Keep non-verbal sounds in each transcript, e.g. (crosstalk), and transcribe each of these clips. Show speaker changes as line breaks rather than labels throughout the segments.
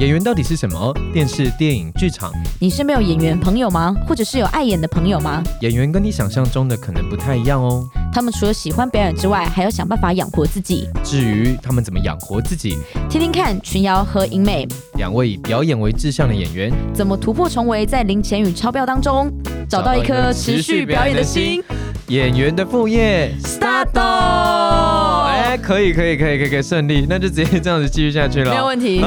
演员到底是什么？电视、电影、剧场，
你身边有演员朋友吗？或者是有爱演的朋友吗？
演员跟你想象中的可能不太一样哦。
他们除了喜欢表演之外，还要想办法养活自己。
至于他们怎么养活自己，
听听看，群瑶和银美
两位以表演为志向的演员，
怎么突破重围，在零钱与钞票当中找到一颗持续表演的 (laughs) 心。
演员的副业
Start
哎，可以，可以，可以，可以，可以顺利，那就直接这样子继续下去了。
没有问题，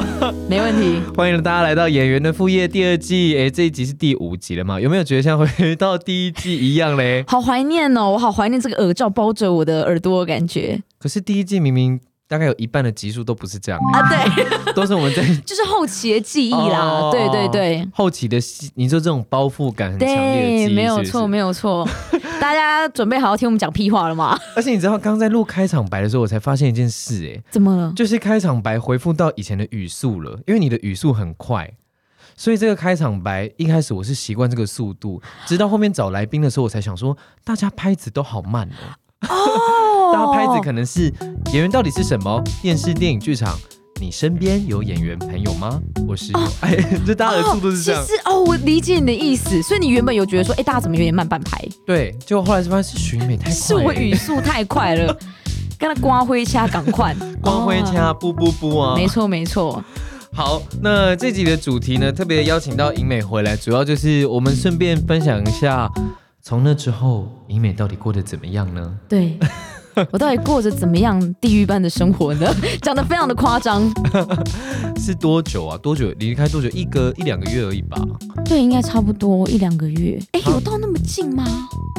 没问题。
欢迎大家来到《演员的副业》第二季，哎，这一集是第五集了嘛？有没有觉得像回到第一季一样嘞？
好怀念哦，我好怀念这个耳罩包着我的耳朵的感觉
可是第一季明明大概有一半的集数都不是这样，
(laughs) 啊！对，
都是我们在
就是后期的记忆啦。
哦
对对对。
后期的戏，你说这种包覆感很强烈的记忆，
对，没有
是不是
错，。没有 (laughs) 错。大家准备好好听我们讲屁话了吗？
而且你知道，刚在录开场白的时候，我才发现一件事、哎，
怎么了？
就是开场白回复到以前的语速了，因为你的语速很快，所以这个开场白一开始我是习惯这个速度，直到后面找来宾的时候，我才想说，大家拍子都好慢哦。
哦
(laughs) 大家拍子可能是演员到底是什么？电视、电影、剧场，你身边有演员朋友吗？我是有， (laughs) 哎、就大家的速度是这样。
哦哦、其实哦，我理解你的意思，所以你原本有觉得说，哎、大家怎么有点慢半拍？
对，结果后来是发现是徐美太快了，
是我语速太快
(laughs)
了，跟他刮灰掐，赶快
光辉掐不不不
哦
啊，
没错没错，
好，那这集的主题呢，特别邀请到银美回来，主要就是我们顺便分享一下，从那之后银美到底过得怎么样呢？ (laughs)
对。我到底过着怎么样地狱般的生活呢？ (laughs) 讲得非常的夸张，
是多久啊？多久离开多久？一个一两个月而已吧。
对，应该差不多一两个月。哎、有到那么近吗？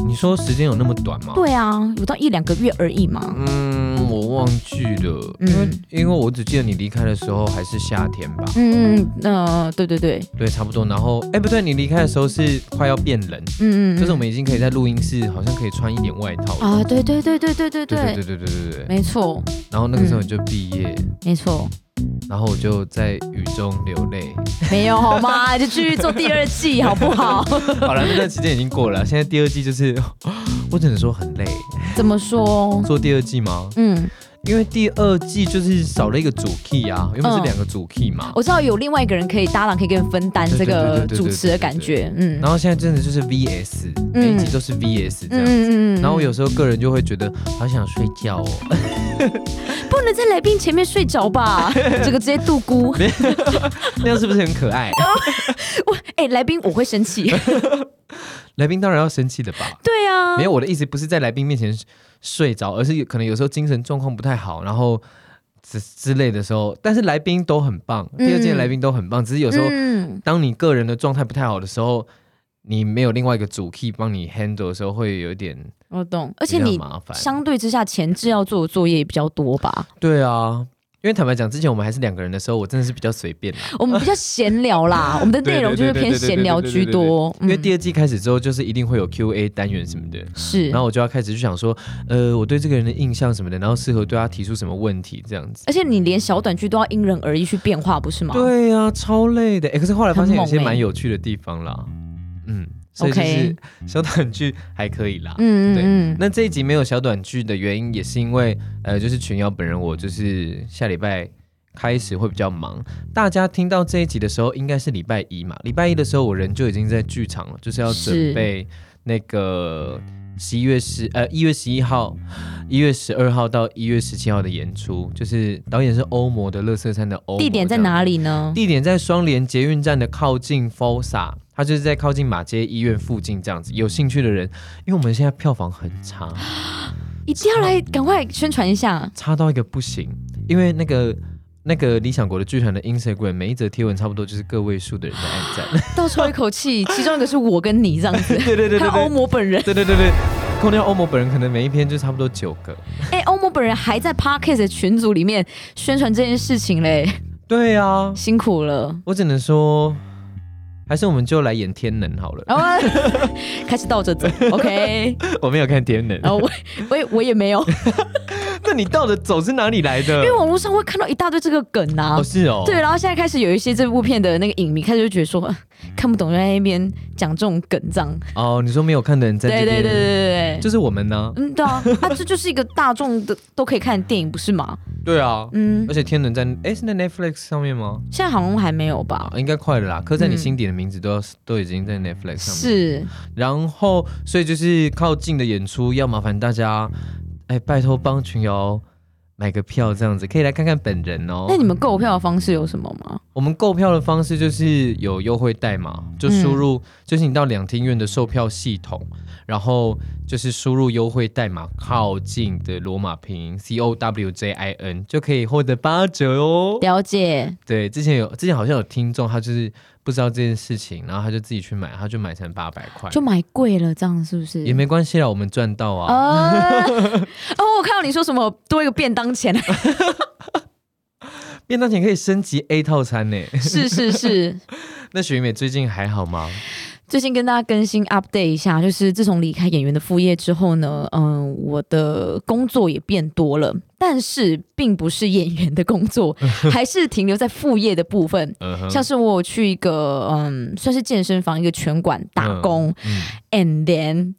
你说时间有那么短吗？
对啊，有到一两个月而已嘛。
嗯，我忘记了，因为、
嗯
因为我只记得你离开的时候还是夏天吧，
嗯嗯，呃，对对对，
对，差不多。然后，哎，不对，你离开的时候是快要变冷，
嗯嗯，
就是我们已经可以在录音室，好像可以穿一点外套了。
啊，对对对对对
对对
对
对
对，
对对对对对。
没嗯错
然后那个时候你就毕业。
没错，
然后我就在雨中流泪。 (laughs)
没有好吗？就继续做第二季好不好？
好了，那段时间已经过了，现在第二季就是， (gasps) 我只能说很累。
怎么说？
做第二季吗？
嗯，
因为第二季就是少了一个主 key 啊，原本是两个主 key 嘛。
我知道有另外一个人可以搭档，可以跟分担这个主持的感觉，嗯
然后现在真的就是 VS，每一集都是 VS 这样。
嗯
然后我有时候个人就会觉得好想睡觉哦， (laughs)
不能在来宾前面睡着吧？这个直接度孤，
那样是不是很可
(laughs)
爱？
我哎，来宾我会生气。
来宾当然要生气的吧？
对啊
没，有，我的意思不是在来宾面前睡着，而是有可能有时候精神状况不太好，然后之之类的时候，但是来宾都很棒，
嗯
第二届来宾都很棒，只是有时候
嗯，
当你个人的状态不太好的时候，你没有另外一个主 key 帮你 handle 的时候，会有一点
我懂，而
比
且
较
你
麻烦。
相对之下前置要做的作业也比较多吧？
对啊，因为坦白讲，之前我们还是两个人的时候，我真的是比较随便啦。
我们比较闲聊啦，我们的内容就是偏闲聊居多，
因为
嗯
第二季开始之后，就是一定会有 Q&A 单元什么的，
是
然。后我就要开始就想说，呃，我对这个人的印象什么的，然后适合对他提出什么问题这样子。
而且你连小短剧都要因人而异去变化，不是吗？
对呀、超累的。哎、可是后来发现有些
很猛欸
蛮有趣的地方啦。嗯，所以就是
欸 OK
小短剧还可以啦。
嗯，
对
嗯嗯
那这一集没有小短剧的原因，也是因为呃，就是群瑶本人我就是下礼拜开始会比较忙。大家听到这一集的时候，应该是礼拜一嘛？礼拜一的时候，我人就已经在剧场了，就是要准
是
备那个十一月十呃一月十一号、一月十二号到一月十七号的演出，就是导演是欧魔的乐色山的欧。
地点在哪里呢？
地点在双连捷运站的靠近 Fossa，它就是在靠近马街医院附近这样子。有兴趣的人，因为我们现在票房很差，
一定要来，赶快宣传
(laughs)
一下。
差到一个不行，因为那个。那个理想国的剧团的 Instagram 每一则贴文差不多就是个位数的人在按
(laughs)
赞，
倒抽一口气，其中一个是我跟你这样子，
对对对
还
对
有欧
对
摩
(laughs)
本人。
对对对对，空掉欧盟本人可能每一篇就差不多九个，
哎，欧摩本人还在 Parkes 的群组里面宣传这件事情嘞，
对啊，
辛苦了。
我只能说，还是我们就来演天能好了，
然后 (laughs) 开始倒着走，OK，
我没有看天能，
哦然后我我也我也没有，
(laughs) 那你倒着走是哪里来的
因为？网络上会看到一大堆这个梗啊
哦，。是哦，
对，然后现在开始有一些这部片的那个影迷开始就觉得说呃看不懂，就在那边讲这种梗这样。
哦，你说没有看的人在
对
这
对对
边，
对对对。
就是我们呢。
嗯，对啊，啊，这就是一个大众的都可以看的电影，不是吗？
对啊，
嗯
而，且天能在哎是在 Netflix 上面吗？
现在好像还没有吧？
啊，应该快了啦。刻在你
嗯
心底的名字都要都已经在 Netflix 上面。
是，
然后，所以就是靠近的演出，要麻烦大家，哎，拜托帮群瑶买个票，这样子可以来看看本人哦
那。你们购票的方式有什么吗？
我们购票的方式就是有优惠代码，就输入、
嗯
就是你到两厅院的售票系统，然后就是输入优惠代码靠近的罗马拼音 C O W J I N 就可以获得八折哦。
了解，
对，之前有之前好像有听众他就是不知道这件事情，然后他就自己去买，他就买成八百块，
就买贵了这样是不是？
也没关系啦，我们赚到啊。
啊 (laughs) 哦，我看到你说什么多一个便当钱，呃
便当前可以升级 A 套餐呢。 (laughs)
是是是。
那许美最近还好吗？
最近跟大家更新 update 一下，就是自从离开演员的副业之后呢，嗯，我的工作也变多了，但是并不是演员的工作，还是停留在副业的部分。
嗯哼，
像是我有去一个嗯，算是健身房一个拳馆打工、
嗯
a n d then、
嗯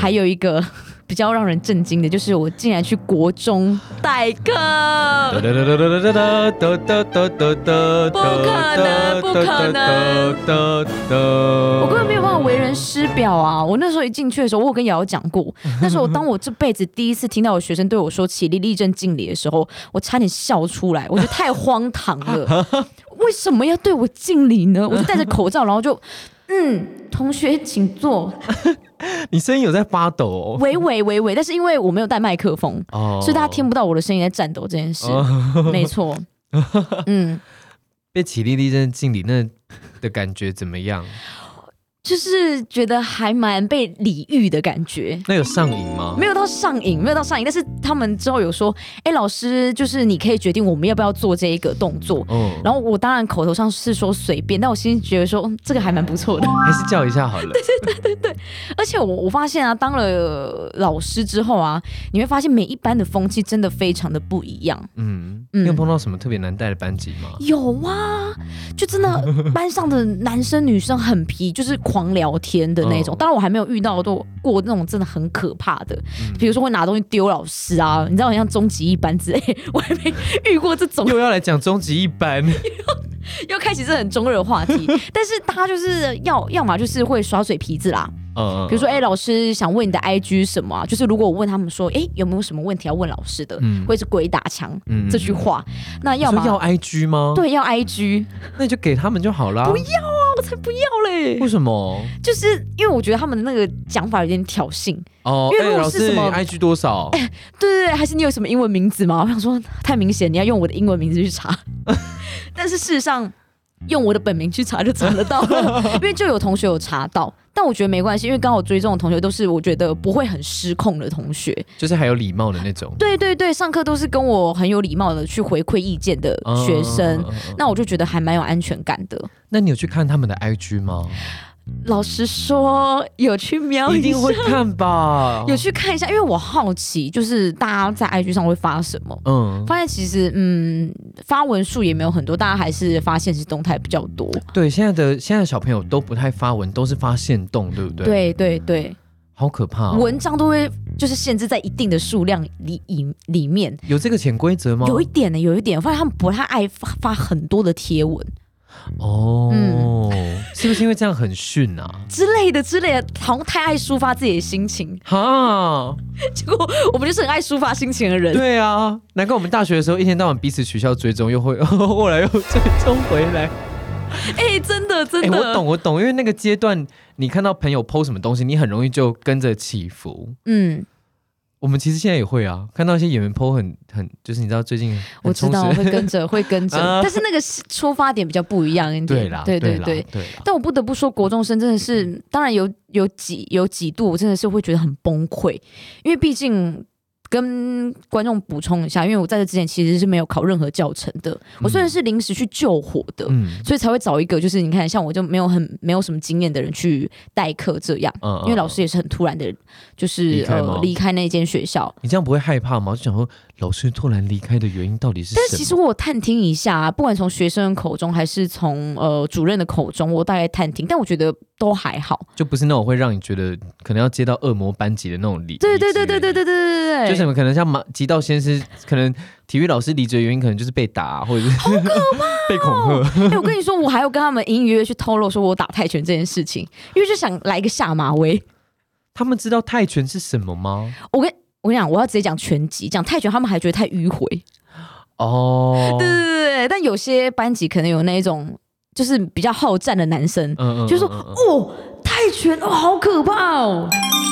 还有一个 (laughs) 比较让人震惊的，就是我竟然去国中代课，
哒哒哒哒哒哒哒哒哒哒哒，
不可能不可能
哒哒哒。
我
我
根本没有办法为人师表啊！我那时候一进去的时候，我有跟瑶瑶讲
(laughs)
过，那时候当我这辈子第一次听到我学生对我说“起立、立正、敬礼”的时候，我差点笑出来，我觉得太荒
(laughs)
唐了，为什么要对我敬礼呢？我就戴着口罩，然后就。嗯，同学请坐。
你声音有在发抖哦。
喂喂喂喂，但是因为我没有带麦克风，
哦
所以大家听不到我的声音在颤抖这件事。没错，嗯，
(laughs) 被起立立正敬礼那的感觉怎么样？
就是觉得还蛮被礼遇的感觉。
那有上瘾吗？
没有到上瘾，没有到上瘾，但是他们之后有说，哎，老师，就是你可以决定我们要不要做这一个动作。
哦，
然后我当然口头上是说随便，但我心里觉得说、嗯、这个还蛮不错的。 (laughs)
还是叫一下好了。
而且我我发现啊，当了老师之后啊，你会发现每一班的风气真的非常的不一样。
嗯，
嗯
你有碰到什么特别难带的班级吗？
有啊，就真的
(laughs)
班上的男生女生很皮，就是狂聊天的那种。
嗯
当然我还没有遇到过过那种真的很可怕的，
嗯
比如说会拿东西丢老师啊，你知道，很像终极一班之类，我还没遇过这
(laughs)
种。
又要来讲终极一
(laughs)
班，
又开启这很中二的
(laughs)
话题，但是他就是要要么就是会耍嘴皮子啦，
嗯
比如说，哎、老师想问你的 IG 什么、啊？就是如果我问他们说，哎、有没有什么问题要问老师的，
嗯
会是鬼打墙、
嗯
这句话。那
你
要
说
么
要 IG 吗？，
对要 IG，
那你就给他们就好啦。
不要啊，我才不要嘞！
为什么？
就是因为我觉得他们的那个讲法有点挑衅，
哦，
因为
哎
如果
老
是
师
什么
你 IG 多
(coughs)
少？
对对对，还是你有什么英文名字吗？我 (laughs) 想说太明显，你要用我的英文名字去查， (laughs) 但是事实上用我的本名去查就查得到了，因为就有同学有查到，但我觉得没关系，因为刚好追踪的同学都是我觉得不会很失控的同学，
就是还有礼貌的那种
对对对，上课都是跟我很有礼貌的去回馈意见的学生。
嗯嗯嗯嗯嗯
那我就觉得还蛮有安全感的。
那你有去看他们的 IG 吗？
老实说，有去瞄
一
一
定
下，。
会看吧
有去看一下，因为我好奇，就是大家在 IG 上会发什么。
嗯，
发现其实，嗯，发文数也没有很多，大家还是发现实动态比较多。
对，现在的现在的小朋友都不太发文，都是发现动，对不对？，
对对对，
好可怕、哦。
文章都会就是限制在一定的数量里里里面。
有这个潜规则吗？
有一点呢，有一点，我发现他们不太爱发发很多的贴文
哦，
嗯
是不是因为这样很逊啊？
之类的之类的，好像太爱抒发自己的心情。 (laughs)
哈，
结果我们就是很爱抒发心情的人。
对啊，难怪我们大学的时候一天到晚彼此取消追踪，又会后来又追踪回来。
(laughs) 哎、真的真
哎、
的，
我懂，我懂，因为那个阶段，你看到朋友 PO 什么东西，你很容易就跟着起伏。
嗯，
哎我们其实现在也会啊，看到一些演员 PO 很很，就是你知道最近
我
很
知
充实 (laughs)
道，会跟着会跟着，
啊
但是那个是出发点比较不一样一点。
对啦，
对
对
对
啦
对。
对啦。
但我不得不说，国中生真的
嗯
是，当然有有几有几度，我真的是会觉得很崩溃，因为毕竟跟观众补充一下，因为我在这之前其实是没有考任何教程的，我虽然是临时去救火的，
嗯
所以才会找一个就是你看，像我就没有很没有什么经验的人去代课这样，
嗯
因为老师也是很突然的，就是
离开吗
呃离开那间学校，
你这样不会害怕吗？就想说老师突然离开的原因到底是什
但
么？
是其实我有探听一下、啊，不管从学生的口中还是从呃主任的口中，我大概探听，但我觉得都还好。
就不是那种会让你觉得可能要接到恶魔班级的那种理。
对对对对对
对。
对对对对，
就什么可能像马吉道先师，可能体育老师离职的原因可能就是被打、或者是
哦
(laughs) 被恐吓。
哎、我跟你说，我还有跟他们隐隐约约去透露说我打泰拳这件事情，因为就想来一个下马威。
他们知道泰拳是什么吗？
我跟我跟你讲，我要直接讲拳击，讲泰拳他们还觉得太迂回。
哦，
对对对对，但有些班级可能有那一种就是比较好战的男生，
嗯嗯
就说
嗯嗯嗯嗯
哦泰拳哦好可怕哦，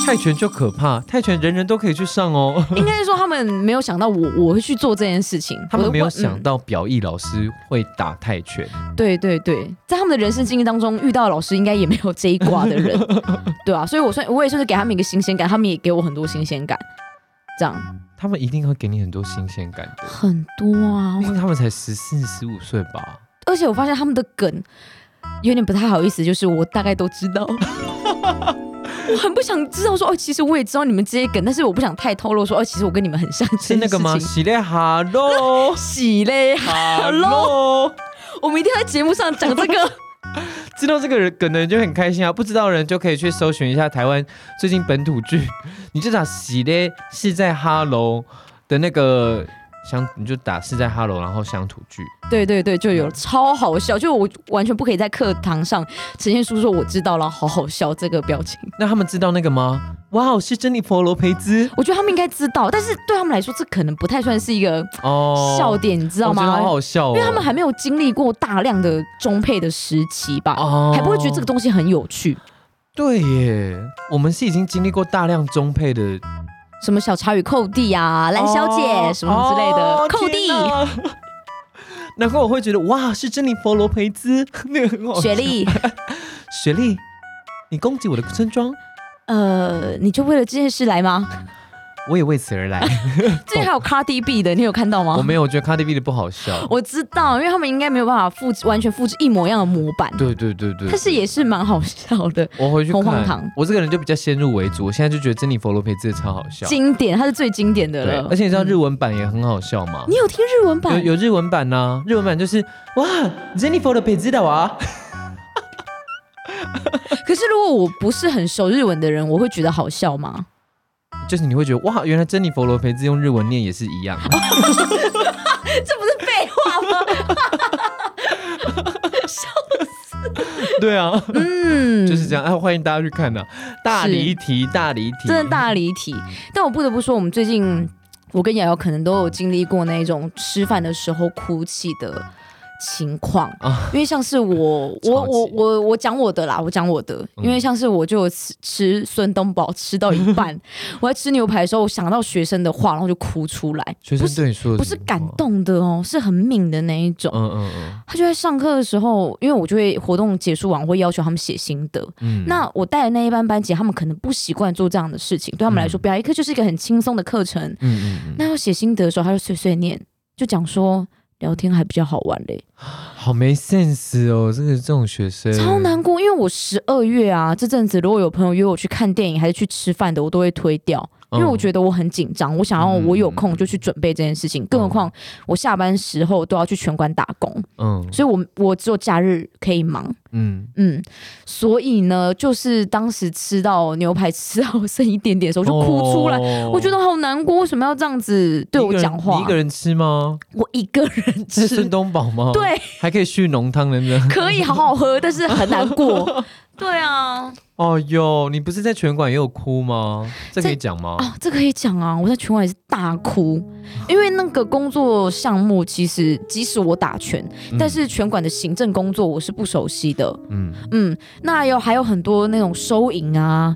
泰拳就可怕，泰拳人人都可以去上哦。
应该是说他们没有想到我我会去做这件事情，
他们没有想
到。
到表意老师会打泰拳，
对对对，在他们的人生经历当中，遇到的老师应该也没有这一挂的
(laughs)
人，对啊，所以我算我也算是给他们一个新鲜感，他们也给我很多新鲜感，这样
他们一定会给你很多新鲜感的。
很多啊
毕。竟他们才十四、十五岁吧。
而且我发现他们的梗有点不太好意思，就是我大概都知道。我很不想知道说哦，其实我也知道你们这些梗，但是我不想太透露说哦，其实我跟你们很像。
是那个吗？
这件事情
喜嘞哈
(laughs)
喽
洗嘞，
哈
Hello
喽，
我们一定要在节目上讲这个。
知道这个人梗的人就很开心啊，不知道的人就可以去搜寻一下台湾最近本土剧， (laughs) 你就打喜嘞是在哈喽的那个乡，你就打是在哈喽，然后乡土剧。
对对对，就
嗯
有超好笑，就我完全不可以在课堂上呈现出说我知道了，好好笑这个表情。
那他们知道那个吗？哇哦，是珍妮佛罗培兹
我觉得他们应该知道，但是对他们来说，这可能不太算是一个
哦，
笑点，你知道
我觉
吗？
得好好笑哦，
因为他们还没有经历过大量的中配的时期吧，
哦
还不会觉得这个东西很有趣。
对耶，我们是已经经历过大量中配的
什么小茶与寇弟啊，蓝小姐、
哦
什么之类的，
哦
寇弟、
天哪 (laughs) 难怪我会觉得哇，是珍妮佛罗培兹 (laughs) 那个很好笑 (laughs)
雪莉，
雪莉，你攻击我的村庄，
呃，你就为了这件事来吗？
我也为此而
(laughs)
来。
最近还有 Cardi B 的，你有看到吗？
我没有，我觉得 Cardi B 的不好笑。
哦 (laughs) 我知道，因为他们应该没有办法复制完全复制一模一样的模板，
对对对对，
但是也是蛮好笑的。
我回去
洪荒
看
唐，
我这个人就比较先入为主，我现在就觉得珍妮佛罗培兹的超好笑。
经典，它是最经典的
对
了，。
而且你知道日
嗯、
文版也很好笑吗？
你有听日文版？
有有日文版呐、日文版就是哇，Jennifer 的培兹的娃，
可是如果我不是很熟日文的人，我会觉得好笑吗？
就是你会觉得哇，原来珍妮佛罗培兹用日文念也是一样。
(laughs) 哦这不是废话吗？
对啊，
嗯，
就是这样。哎、欢迎大家去看呐、大
是
离题，大离题，
真的大离题。
嗯
但我不得不说，我们最近我跟瑶瑶可能都有经历过那种吃饭的时候哭泣的情况，
啊
因为像是我我
超级嗯
我我我讲我的啦，我讲我的，因为像是我就有吃吃孙东宝吃到一
(laughs)
半，我在吃牛排的时候，我想到学生的话，然后就哭出来，
学
不
生
是
对你说的
不
什
是
么
感
话。
动的哦，是很敏的那一种。
嗯嗯嗯
他就在上课的时候，因为我就会活动结束完，我会要求他们写心得，
嗯，
那我带的那一班班级，他们可能不习惯做这样的事情，对他们来说，表演课就是一个很轻松的课程。
嗯嗯嗯，
那要写心得的时候，他就碎碎念，就讲说聊天还比较好玩嘞，
好没 sense 哦，这个这种学生
超难过。因为我十二月啊，这阵子如果有朋友约我去看电影还是去吃饭的，我都会推掉，
嗯
因为我觉得我很紧张，我想要
嗯
我有空就去准备这件事情。更何况我下班时候都要去全馆打工，
嗯
所以我我只有假日可以忙。
嗯，
嗯，所以呢，就是当时吃到牛排吃到剩一点点的时候，
我
我就哭出来。我觉
得
得好难过，为什么要这样子对我讲话？
你哦一个人哦吃
(laughs)
吗？
我一个人
这是
吃
孙，东宝吗？，
对，
还可以续浓汤的呢。
可以好好喝，但是很难过。
(laughs)
对啊，
哦哟，你不是在拳馆也有哭吗？这可以
在
讲吗？
啊，这可以讲啊，我在拳馆也是大哭，因为那个工作项目其实即使我打拳，
嗯
但是拳馆的行政工作我是不熟悉的。
嗯，
嗯，那有还有很多那种收银啊，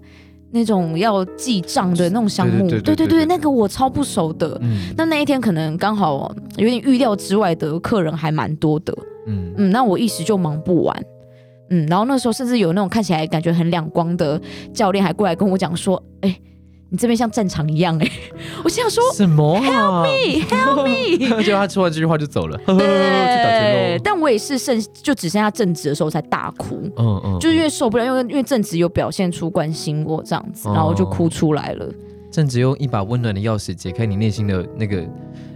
那种要记账的那种项目，
对对对
对
对对对
那个我超不熟的。
嗯
呃那那一天可能刚好有点预料之外的客人还蛮多的，
嗯嗯
嗯，那我一时就忙不完。嗯，然后那时候甚至有那种看起来感觉很两光的教练还过来跟我讲说：“哎、你这边像战场一样哎、我心想说
什么啊？
嘿，Help me！”
就 (laughs) 他说完这句话就走了，嗯呵呵，去打 (laughs)
对
拳，喽。
但我也是剩就只剩下正职的时候才大哭。
嗯嗯，
就是因为受不了，因为因为正直有表现出关心我这样子，
哦
然后就哭出来了。
是甚至用一把温暖的钥匙解开你内心的那个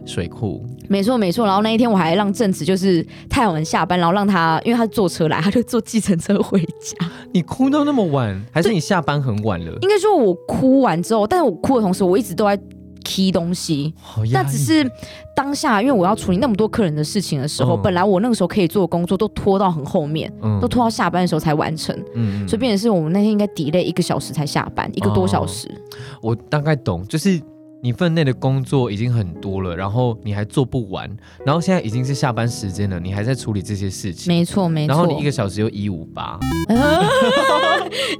水库。
没错没错。然后那一天我还让正慈就是太晚下班，然后让他，因为他坐车来，他就坐计程车回家。
你哭到那么晚，还是你下班很晚了？
应该说我哭完之后，但是我哭的同时，我一直都在 key 东西。
好压
那
抑
只是当下，因为我要处理那么多客人的事情的时候，
嗯
本来我那个时候可以做的工作都拖到很后面，
嗯
都拖到下班的时候才完成，
嗯嗯
所以变成是我们那天应该 delay 一个小时才下班，一个多小时。
哦我大概懂，就是你分内的工作已经很多了，然后你还做不完，然后现在已经是下班时间了，你还在处理这些事情，
没错没错。
然后你一个小时又一五八，
啊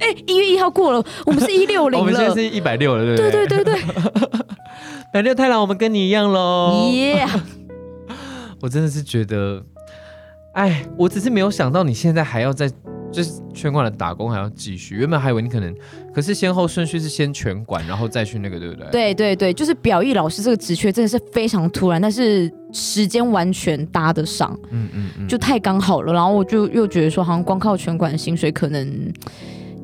哎，一月一号过了，我们是一六
(laughs)
零
哦我们现在
了。
是一百六了，对不
对
对？
对对对，
百六太郎，我们跟你一样喽。
耶！
我真的是觉得，哎，我只是没有想到你现在还要在就是拳馆的打工还要继续，原本还以为你可能，可是先后顺序是先拳馆，然后再去那个，对不对？。
对对对，就是表意老师这个职缺真的是非常突然，但是时间完全搭得上，
嗯嗯嗯，
就太刚好了。然后我就又觉得说，好像光靠拳馆的薪水可能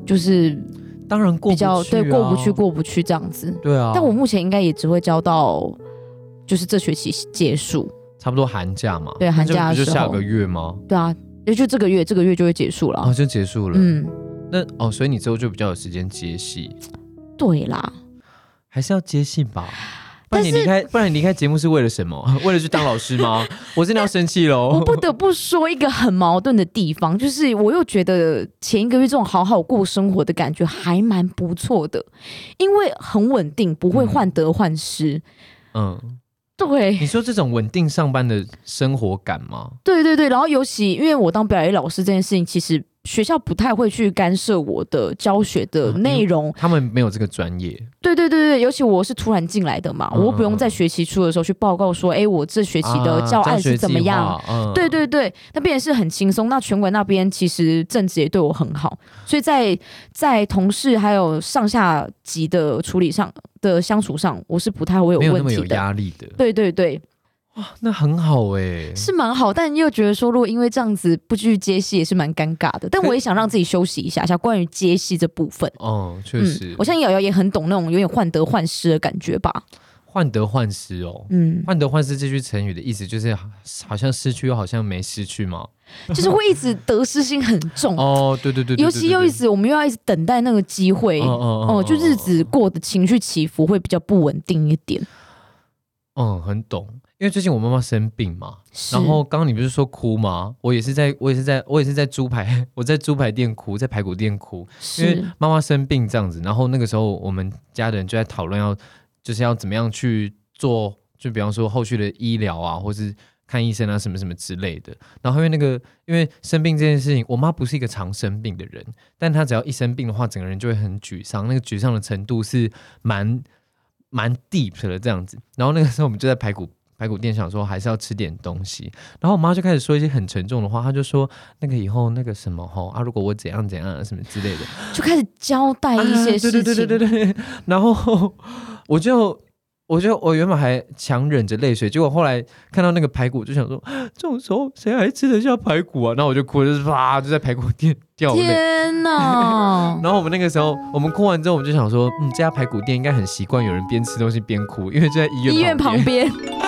就是
当然过
比
不去、
较
啊，
对过不去，过不去这样子。
对啊。
但我目前应该也只会教到就是这学期结束，
差不多寒假嘛，
对寒假
那
的
就不就
时候
下个月吗？
对啊，也就这个月，这个月就会结束了。
哦，就结束了。
嗯，
那哦，所以你之后就比较有时间接戏，
对啦，
还是要接戏吧？不
但
然
是
你离开，不然你离开节目是为了什
(laughs)
么？为了去当老师吗？我真的要生气
我
喽！
不得不说一个很矛盾的地方，就是我又觉得前一个月这种好好过生活的感觉还蛮不错的，因为很稳定，不会患得患失。
嗯，
对
你说这种稳定上班的生活感吗？
对对对，然后尤其因为我当表演老师这件事情，其实学校不太会去干涉我的教学
嗯
的内容，
他们没有这个专业，
对对对对，尤其我是突然进来的嘛，
嗯
我又不用在学期初的时候去报告说，哎、我这学期的
啊
教案是怎么？样。
教学计划嗯
对，对对，那边也是很轻松。那全馆那边其实政治也对我很好，所以在在同事还有上下级的处理上的相处上，我是不太会有
没有那
问
么
题
有
的。
压力的，
对对对，
那很好哎、
是蛮好，但又觉得说，如果因为这样子不继续接戏，也是蛮尴尬的。但
可
我也想让自己休息一下，像关于接戏这部分，
哦，确
嗯
实，，
我相信瑶瑶也很懂那种有点患得患失的感觉吧。
患得患失哦。 (laughs)
嗯，
患得患失这句成语的意思就是好像失去又好像没失去嘛。
就是会一直得失心很重，
哦，对对对对
嗯尤其又一直我们又要一直等待那个机会，
哦哦
哦，就日子过得情绪起伏会比较不稳定一点。
嗯，很懂。因为最近我妈妈生病嘛，
是
然后刚刚你不是说哭吗？我也是在，我也是在，我也是在猪排， (laughs) 我在猪排店哭，在排骨店哭，因为
是
妈妈生病这样子。然后那个时候我们家的人就在讨论要，就是要怎么样去做，就比方说后续的医疗啊，或是看医生啊，什么什么之类的。然后因为那个，因为生病这件事情，我妈不是一个常生病的人，但她只要一生病的话，整个人就会很沮丧，那个沮丧的程度是蛮蛮 deep 的这样子。然后那个时候我们就在排骨排骨店想说还是要吃点东西，然后我妈就开始说一些很沉重的话，她就说那个以后那个什么吼啊，如果我怎样怎样啊什么之类的，
就开始交代一些事情，
啊、对对对对对对。然后我就我就我原本还强忍着泪水，结果后来看到那个排骨，就想说嗯这种时候谁还吃得下排骨啊？然后我就哭，就是啪就在排骨店掉泪。
天
(laughs)
哪！
然后我们那个时候，我们哭完之后，我们就想说，嗯，这家排骨店应该很习惯有人边吃东西边哭，因为就在医院
医院旁
边。
边，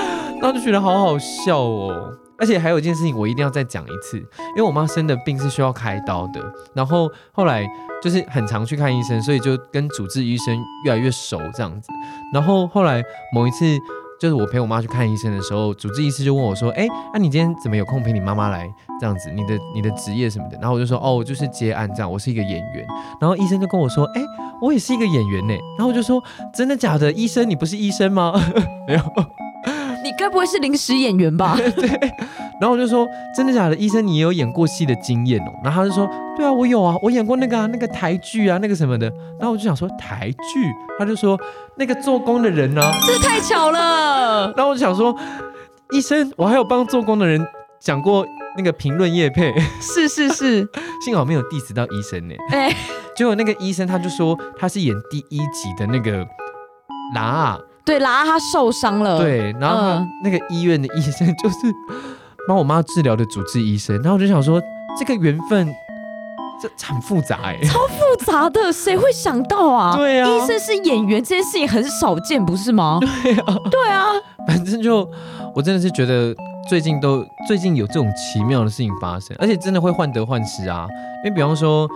然后就觉得好好笑哦。而且还有一件事情，我一定要再讲一次，因为我妈生的病是需要开刀的，然后后来就是很常去看医生，所以就跟主治医生越来越熟这样子。然后后来某一次，就是我陪我妈去看医生的时候，主治医师就问我说：“哎，那、你今天怎么有空陪你妈妈来这样子？你的你的职业什么的？”然后我就说：“哦，我就是接案这样，我是一个演员。”然后医生就跟我说：“哎，我也是一个演员呢。”然后我就说：“真的假的？医生，你不是医生吗？” (laughs) 没有。
(laughs) 你该不会是临时演员
(laughs)
吧？
然后我就说：“真的假的？医生，你也有演过戏的经验哦？”然后他就说：“对啊，我有啊，我演过那个啊，那个台剧啊，那个什么的。”然后我就想说台剧，他就说那个做工的人呢、
这太
(laughs)
巧了，
然后我就想说，医生，我还有帮做工的人讲过那个评论业配， (laughs)
是是是，
幸好没有 diss 到医生呢。
哎，
结果那个医生他就说他是演第一集的那个拿啊，
对，拉他受伤了，，
对，然后他
嗯
那个医院的医生就是帮我妈治疗的主治医生，然后我就想说，这个缘分这这很复杂哎、
复杂的，谁会想到啊？
(laughs) 对啊
医生是演员这件事情很少见，不是吗？
啊
(laughs) 啊
反正就我真的是觉得最近都最近有这种奇妙的事情发生，而且真的会患得患失啊。因为比方说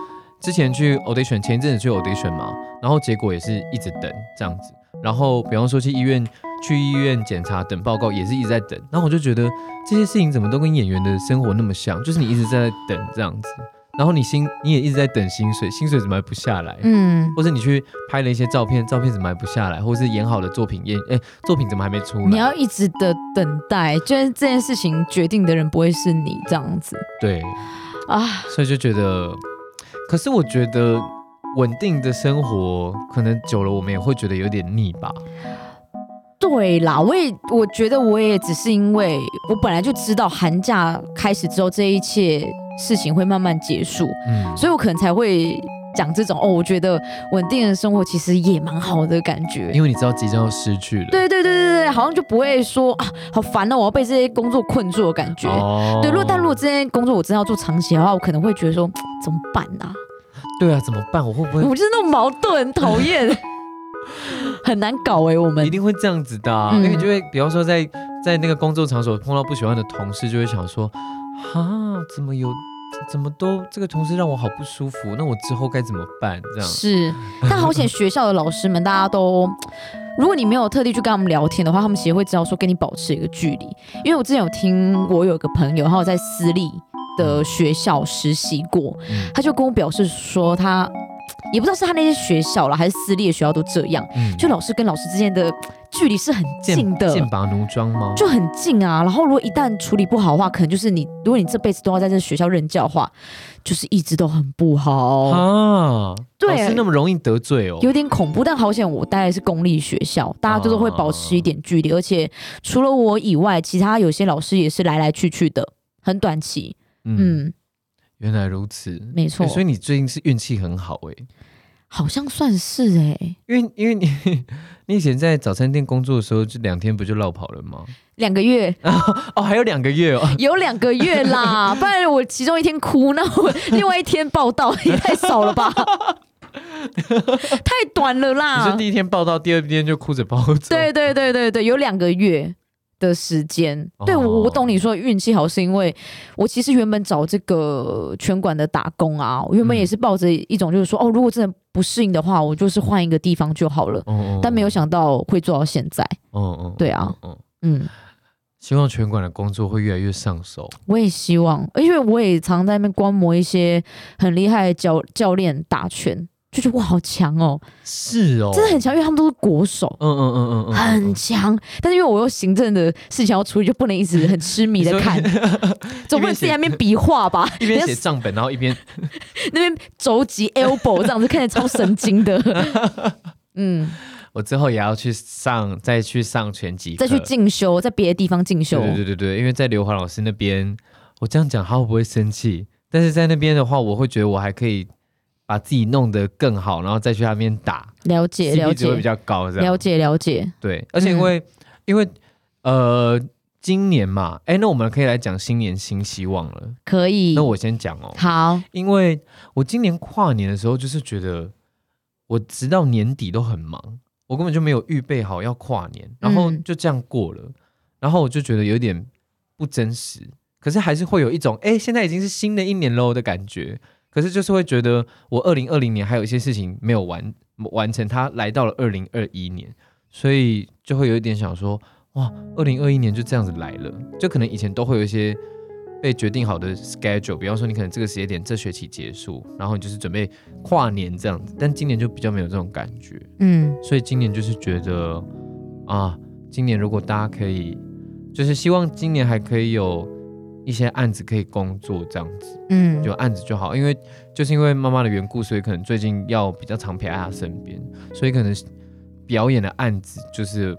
之前去 audition，前一阵子去 audition 嘛，然后结果也是一直等这样子。然后比方说去医院去医院检查等报告也是一直在等，然后我就觉得这些事情怎么都跟演员的生活那么像，就是你一直在等这样子，然后你薪你也一直在等薪水，薪水怎么还不下来？
嗯，
或是你去拍了一些照片，照片怎么还不下来？或是演好的作品演，哎、作品怎么还没出来？
你要一直的等待，就是这件事情决定的人不会是你这样子
对，
啊。
所以就觉得，可是我觉得稳定的生活，可能久了我们也会觉得有点腻吧。
对啦，我也我觉得我也只是因为我本来就知道寒假开始之后这一切事情会慢慢结束，
嗯，
所以我可能才会讲这种哦，我觉得稳定的生活其实也蛮好的感觉。
因为你知道即将要失去了，
对对对对对，好像就不会说啊，好烦哦，我要被这些工作困住的感觉。
哦
对，如果但如果这些工作我真的要做长期的话，我可能会觉得说怎么办啊？
对啊，怎么办？我会不会
我就是那种矛盾，讨厌，
(laughs)
很难搞哎、我们
一定会这样子的啊、
嗯
因为你就会，比方说在在那个工作场所碰到不喜欢的同事，就会想说，哈，怎么有？怎么都这个同事让我好不舒服，那我之后该怎么办？这样
是，但好险学校的老师们，大家都。如果你没有特地去跟他们聊天的话，他们其实会知道说跟你保持一个距离。因为我之前有听我有一个朋友，他有在私立的学校实习过，
嗯
他就跟我表示说他，也不知道是他那些学校啦，还是私立的学校都这样，
嗯
就老师跟老师之间的距离是很近
剑
的，
剑拔弩张吗？
就很近啊。然后如果一旦处理不好的话，可能就是你，如果你这辈子都要在这学校任教的话，就是一直都很不好，
啊，
对
老师那么容易得罪哦。
有点恐怖。但好险我待的是公立学校，大家都是会保持一点距离，而且除了我以外，其他有些老师也是来来去去的，很短期。
嗯，
嗯，
原来如此。
没错
欸，所以你最近是运气很好哎、
好像算是哎、
因为因为你 (laughs) 你以前在早餐店工作的时候，就两天不就落跑了吗？
两
(laughs)
个月
哦，还有两个月哦，
有两个月啦，不然我其中一天哭，那我另外一天报道也太少了
(laughs)
吧，太短了
你说
啦。
第一天报到，第二天就哭着跑走。
啊对对对对对，有两个月的时间。对我我懂你说运气好，是因为我其实原本找这个拳馆的打工啊，我原本也是抱着一种就是说，哦，如果真的不适应的话，我就是换一个地方就好了。
哦，哦
但没有，想到会做到现在，
哦哦，
对啊
哦，哦
嗯。
希望拳馆的工作会越来越上手。
我也希望，因为我也常在那边观摩一些很厉害的教教练打拳，就觉得哇，好强哦，
是哦，
真的很强，因为他们都是国手。
嗯，嗯嗯嗯嗯嗯，
很强，但是因为我有行政的事情要处理，就不能一直很痴
(laughs)
迷的看，总不能自己在那边比划吧？
一边
人家
写 (laughs) 账本，然后一边
那边肘击 elbow 这样子，看起来超神经的。
(laughs)
嗯，
我之后也要去上，再去上拳击课，
再去进
呃
修，在别的地方进修。
对对对对，因为在刘华老师那边，我这样讲他会不会生气？但是在那边的话，我会觉得我还可以把自己弄得更好，然后再去那边打
了解了
，CP 值会比
解
较高，这样
了解了解。嗯
对。而且因为、因为呃，今年嘛，哎，那我们可以来讲新年新希望了。
可以
那。我先讲哦，
好，
因为我今年跨年的时候，就是觉得我直到年底都很忙，我根本就没有预备好要跨年，然后
嗯
就这样过了，然后我就觉得有点不真实，可是还是会有一种哎、诶现在已经是新的一年喽的感觉，可是就是会觉得我二零二零年还有一些事情没有完完成，它来到了二零二一年，所以就会有一点想说。哇，二零二一年就这样子来了，就可能以前都会有一些被决定好的 schedule，比方说你可能这个时间点这学期结束，然后你就是准备跨年这样子，但今年就比较没有这种感觉，
嗯，
所以今年就是觉得啊，今年如果大家可以，就是希望今年还可以有一些案子可以工作这样子，
嗯，
有案子就好，因为就是因为妈妈的缘故，所以可能最近要比较常陪在她身边，所以可能表演的案子就是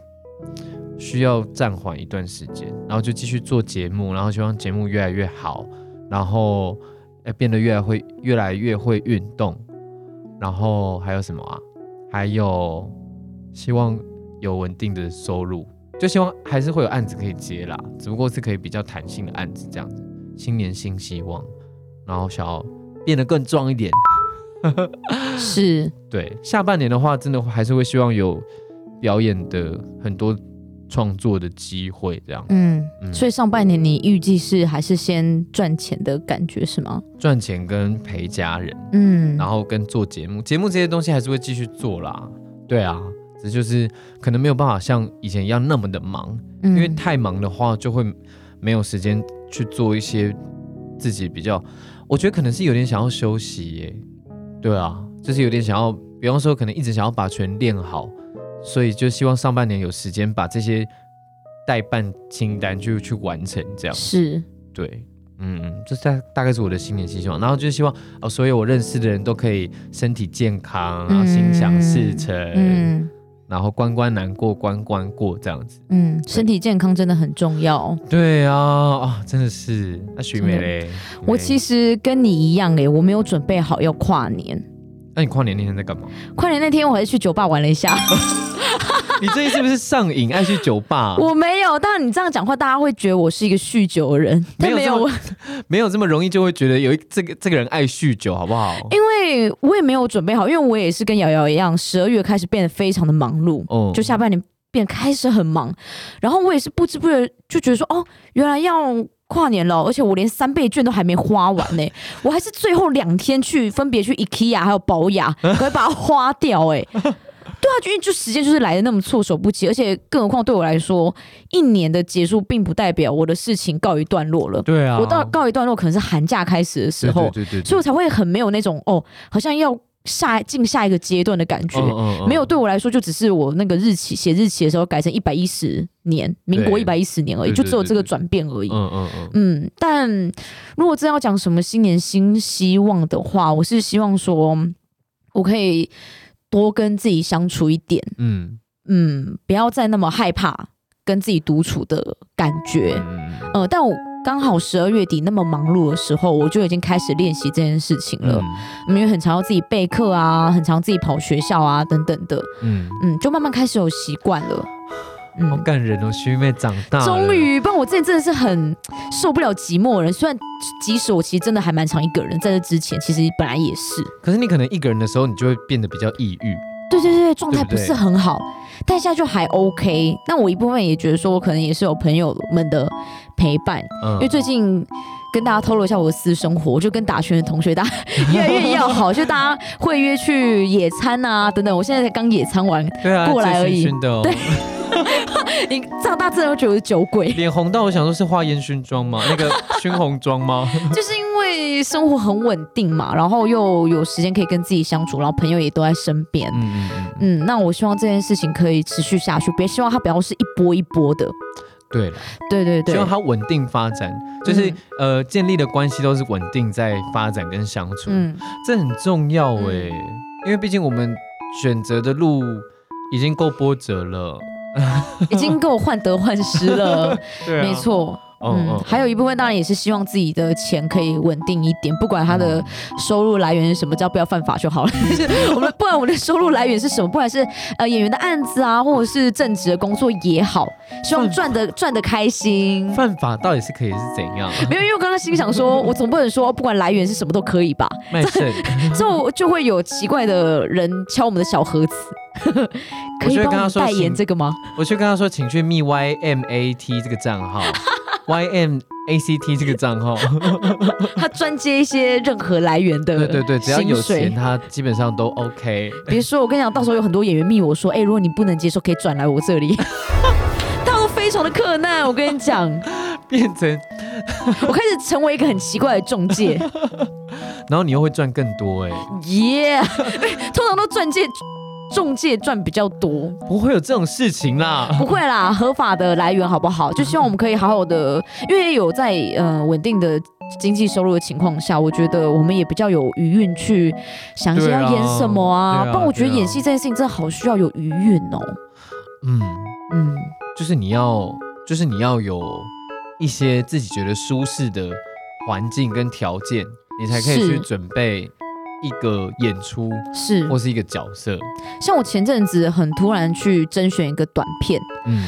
需要暂缓一段时间，然后就继续做节目，然后希望节目越来越好，然后呃变得越来会越来越会运动，然后还有什么啊？还有希望有稳定的收入，就希望还是会有案子可以接啦，只不过是可以比较弹性的案子这样子。新年新希望，然后想要变得更壮一点。
是
对，下半年的话，真的还是会希望有表演的很多创作的机会，这样
嗯，
嗯
所以上半年你预计是还是先赚钱的感觉是吗？
赚钱跟陪家人，
嗯
然，后跟做节目，节目这些东西还是会继续做啦。对啊，只就是可能没有办法像以前一样那么的忙，
因
因为太忙的话，就会没有时间去做一些自己比较，我觉得可能是有点想要休息耶。对啊，就是有点想要，比方说可能一直想要把拳练好，所以就希望上半年有时间把这些代办清单就去完成，这样
是
对。嗯，嗯，这大大概是我的新年新希望，然后就希望哦，所有我认识的人都可以身体健康，然后心想事成，
嗯
然后关关难过关关过这样子。
嗯，身体健康真的很重要。
对啊，啊，真的是。那许美
真的
嘞，
我其
实，
实跟你一样诶、我没有准备好要跨年。
那你跨年那天在干嘛？
跨年那天我还是去酒吧玩了一下，
啊你最近是不是上瘾，爱去酒吧？
我没有。但你这样讲话，大家会觉得我是一个酗酒的人，但
没
没
有
有，
这没有这么容易就会觉得有一这个这个人爱酗酒，好不好？
因为我也没有准备好，因为我也是跟瑶瑶一样，十二月开始变得非常的忙碌，
哦
就下半年变开始很忙。然后我也是不知不觉就觉得说，哦，原来要。跨年了，而且我连三倍券都还没花完呢、 (laughs) 我还是最后两天去分别去 IKEA 还有保
(laughs)
雅，可以把它花掉哎、对啊，就因为就时间就是来的那么措手不及，而且更何况对我来说，一年的结束并不代表我的事情告一段落了。
对啊，
我到告一段落可能是寒假开始的时候，
对对对对
所以我才会很没有那种哦，好像要下进下一个阶段的感觉。
嗯嗯
没有，对我来说，就只是我那个日期写日期的时候改成一百一十年，民国
对
一百一十年而已，
对对
就只有这
对
个
对
转变而已。
嗯嗯嗯，
嗯，但如果真要讲什么新年新希望的话，我是希望说，我可以多跟自己相处一点，
嗯
嗯，不要再那么害怕跟自己独处的感觉。
嗯嗯
呃，但我刚好十二月底那么忙碌的时候，我就已经开始练习这件事情了。嗯因为很常要自己备课啊，很常自己跑学校啊，等等的，
嗯
嗯，就慢慢开始有习惯了。
嗯，好
嗯，
感人哦，徐妹长大了，
终于，不然我之前真的是很受不了寂寞的人。虽然即使我其实真的还蛮常一个人，在这之前其实本来也是，
可是你可能一个人的时候，你就会变得比较抑郁。
对对对，状态
对不
不
对
是很好，但现在就还 OK。那我一部分也觉得说，我可能也是有朋友们的陪伴，
嗯
因为最近跟大家透露一下我的私生活，我就跟打拳的同学大家越来越要好，就大家会约去野餐啊等等。我现在才刚野餐完，
对啊，
过来
醉
而已
醺醺的哦，
你乍大自然会觉得我是酒鬼，
脸红到我想说是化烟熏妆吗？那个熏红妆吗？
就是因为生活很稳定嘛，然后又有时间可以跟自己相处，然后朋友也都在身边。
嗯嗯嗯嗯，
嗯，那我希望这件事情可以持续下去，别希望它不要是一波一波的。
对了。
对对对
希，望它稳定发展，就是、
嗯
呃，建立的关系都是稳定在发展跟相处，
嗯，
这很重要哎、
嗯
因为毕竟我们选择的路已经够波折了，
嗯已经够患得患失了，
(laughs) 对啊哦
没，错。嗯，还有一部分当然也是希望自己的钱可以稳定一点，不管他
嗯
的收入来源是什么，只要不要犯法就好了。 (laughs) 就是我们不管我们的收入来源是什么，不管是呃演员的案子啊，或者是正职的工作也好，希望
犯
赚的赚的开心。
犯法到底是可以是怎
(laughs)
样
没有，因为我刚刚心想说，我总不能说不管来源是什么都可以吧，
卖肾？
就就会有奇怪的人敲我们的小盒子。可
我
以
就会跟
帮我
他
们
说
代言
请
这个吗？
我去跟他说，请去密 Y M A T 这个账
(laughs)
号，Y M A C T 这个账号，
他专接一些任何来源的
对对对，只要有
薪水
钱，他基本上都 OK。
别说，我跟你讲，到时候有很多演员密我说，哎、如果你不能接受，可以转来我这里。 (laughs) 他们非常的困难，我跟你讲，
变成，
我开始成为一个很奇怪的中介，
然后你又会赚更多哎、
(laughs) 耶、通常都中介中介赚比较多，
不会有这种事情啦。 (laughs)
不会啦，合法的来源好不好？就希望我们可以好好的，因为有在呃稳定的经济收入的情况下，我觉得我们也比较有余韵去想一些
对啊
要演什么啊。
对啊
不然我觉得
对啊
演戏这件事情真的好需要有余韵哦。
嗯。
嗯，
就是你要，就是你要有一些自己觉得舒适的环境跟条件，你才可以
是
去准备一个演出
是。
或是一个角色。
像我前阵子很突然去甄选一个短片，
嗯，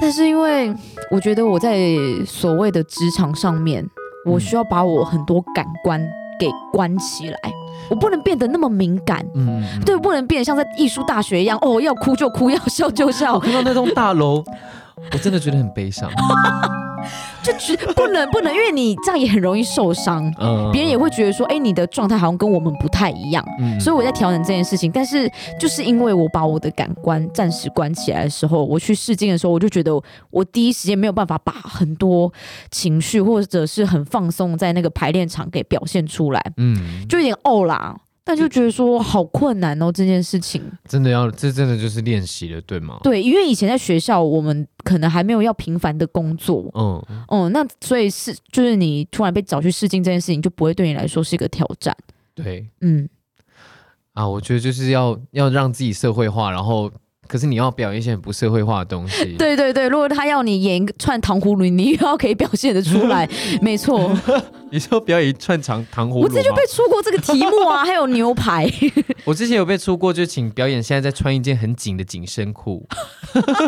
但是因为我
嗯
觉得我在所谓的职场上面，我需要把我很多感官给关起来，我不能变得那么敏感。
嗯，嗯嗯
对，不能变得像在艺术大学一样，哦，要哭就哭，要笑就笑
(laughs) 我，哦看到那栋大楼，我真的觉得很悲
(laughs)
伤。
就觉不能不能，因为你这样也很容易受伤，
嗯，
别人也会觉得说，哎，你的状态好像跟我们不太一样。
嗯，
所以
以
我在调整这件事情，但是就是因为我把我的感官暂时关起来的时候，我去试镜的时候，我就觉得我第一时间没有办法把很多情绪或者是很放松在那个排练场给表现出来，
嗯，
就有点怄啦。但就觉得说好困难哦，这件事情。
真的要，这真的就是练习了，对吗？
对，因为以前在学校，我们可能还没有要频繁的工作，
嗯，
哦、那所以是就是你突然被找去试镜这件事情，就不会对你来说是一个挑战。
对
嗯，
啊，我觉得就是要要让自己社会化，然后可是你要表演一些很不社会化的东西。
对对对，如果他要你演一个串糖葫芦，你又要可以表现得出
(laughs)
来，没错。
(laughs) 你说表演一串糖糖葫芦吗
我自己就被出过这个题目啊，还有牛排，
我之前有被出过，就请表演现在在穿一件很紧的紧身裤， (laughs)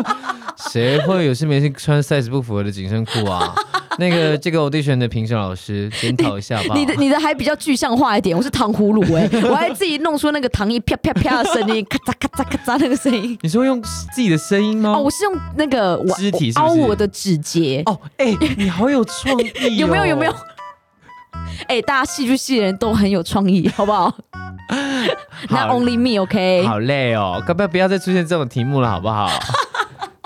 谁会有事没事穿 size 不符合的紧身裤啊？那个这个 audition 的评审老师检讨一下吧。
你的你的还比较具象化一点，我是糖葫芦哎、我还自己弄出那个糖衣啪啪啪的声音，咔嚓咔嚓咔嚓那个声音。
你说用自己的声音吗？
哦，我是用那个我
肢体是
我
不
凹
是
我的指节，
哦，哎、你好有创意、哦
(laughs) ，有没有有没有？哎、大家戏剧系的人都很有创意，好
(laughs)
不好？那 Only Me OK。
好累哦，该不要不要再出现这种题目了，好不
(laughs)
好？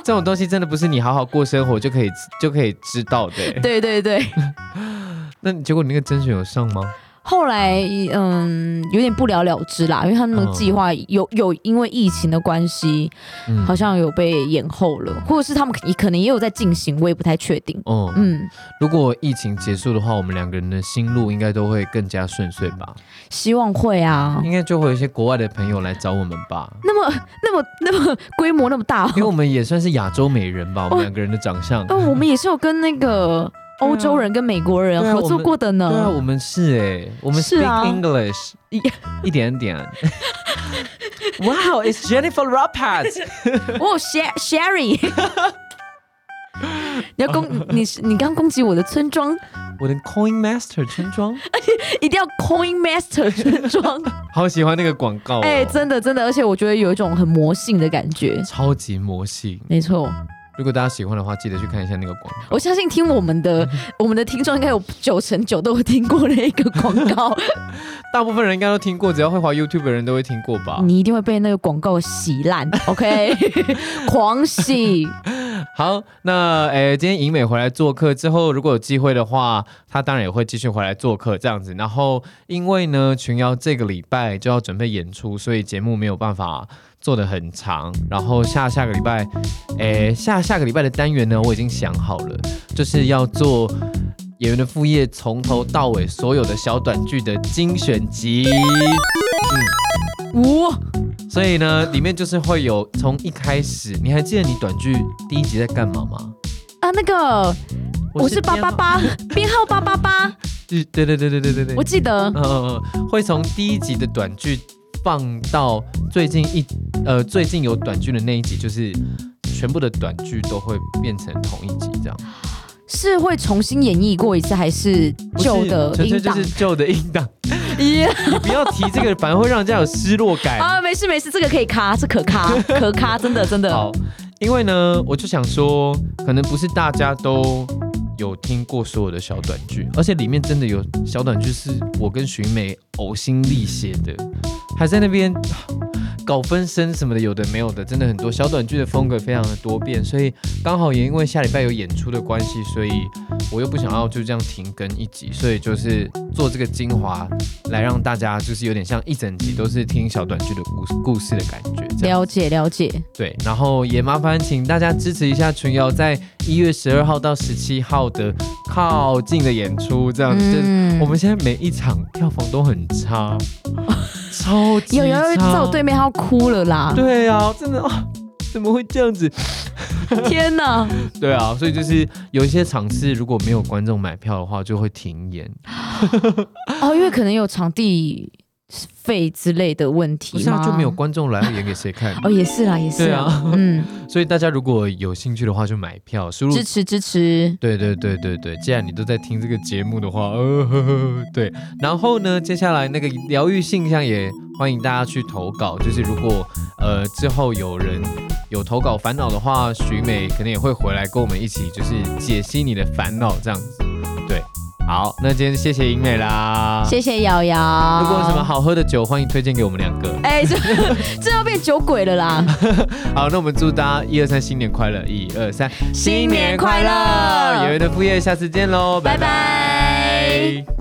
这种东西真的不是你好好过生活就可以就可以知道的。
对对对，
那你结果你那个甄选有上吗？
后来嗯有点不了了之啦，因为他们的
嗯
计划有有因为疫情的关系，
嗯
好像有被延后了，或者是他们可可能也有在进行，我也不太确定。
哦，
嗯，
如果疫情结束的话，我们两个人的心路应该都会更加顺遂吧？
希望会啊。
应该就会有一些国外的朋友来找我们吧，
那么那么那么规模那么大、
因为
哦，
我们也算是亚洲美人吧，我们两个人的长相。
哦，我们也是有跟那个欧洲人跟美国人
对啊
合作过的
对啊，
呢。
我们是哎、我们
是
speak
啊
English 一一点
(laughs)
点。Wow, it's Jennifer Lopez。
(laughs) 我有 Sher- Sherry。你要攻你是你刚攻击我的村庄，
(laughs) 我的 Coin Master 村庄，
一定要 Coin Master 村 (laughs) 庄。
好喜欢那个广告、哦，
哎、真的真的，而且我觉得有一种很魔性的感觉。
超级魔性。
没错，
如果大家喜欢的话，记得去看一下那个广告。
我相信听我们 (laughs) 的我们的听众应该有九成九都有听过那个广 (laughs) 告，
大部分人应该都听过，只要会滑 YouTube 的人都会听过吧。
你一定会被那个广告洗烂，OK？狂 (laughs) 洗，
好，那诶，今天颖美回来做客之后，如果有机会的话，她当然也会继续回来做客这样子。然后，因为呢，群瑶这个礼拜就要准备演出，所以节目没有办法做的很长。然后下下个礼拜，诶，下下个礼拜的单元呢，我已经想好了，就是要做演员的副业，从头到尾所有的小短剧的精选集。
哇，
所以呢，里面就是会有从一开始，你还记得你短剧第一集在干嘛吗？
啊，那个我是八
编
八八，编号八八 (laughs) 八，
对对对对对对对对
我，记得
呃，会从第一集的短剧放到最近一呃最近有短剧的那一集，就是全部的短剧都会变成同一集这样，
是会重新演绎过一次，还是
不是
旧的
纯粹就
音档 (laughs)
是？哎旧的音档，
耶
你不要提这个，反而会让人家有失落感。
(laughs) 啊，没事没事，这个可以卡，是可
(laughs)
卡可卡，真的真的。
好，因为呢，我就想说，可能不是大家都。有听过所有的小短剧，而且里面真的有小短剧是我跟徐美呕心沥血的，还在那边搞分身什么的，有的没有的，真的很多小短剧的风格非常的多变，所以刚好也因为下礼拜有演出的关系，所以我又不想要就这样停更一集，所以就是做这个精华来让大家就是有点像一整集都是听小短剧的故事故事的感觉，这样
了解了解，
对，然后也麻烦请大家支持一下群瑶在一月十二号到十七号的靠近的演出，这样子。
嗯
我们现在每一场票房都很
(laughs)
差，超级
有有有，
差
在我对面他要哭了啦！
对啊，真的啊，怎么会这样子？
(laughs) 天哪，
对啊，所以就是有一些场次如果没有观众买票的话，就会停演。
哦，因为可能有场地肺之类的问
不
题
是
吗？
啊，就没有啊观众来要演给谁看？
(laughs) 哦，也是啦，也是啦，
(laughs)
嗯，
所以大家如果有兴趣的话，就买票，输入
支持支持，
对对对对对，既然你都在听这个节目的话，呃，呵呵对。然后呢，接下来那个疗愈信箱也欢迎大家去投稿，就是如果呃之后有人有投稿烦恼的话，徐美可能也会回来跟我们一起，就是解析你的烦恼这样子。对，好，那今天谢谢英美啦。
谢谢瑶瑶。
如果有什么，好喝的酒，欢迎推荐给我们两个。
哎，这 (laughs) 这要变酒鬼了啦！
好，那我们祝大家一二三新年快乐，一二三
新年快乐
有缘的副业，下次见喽，
拜拜
拜拜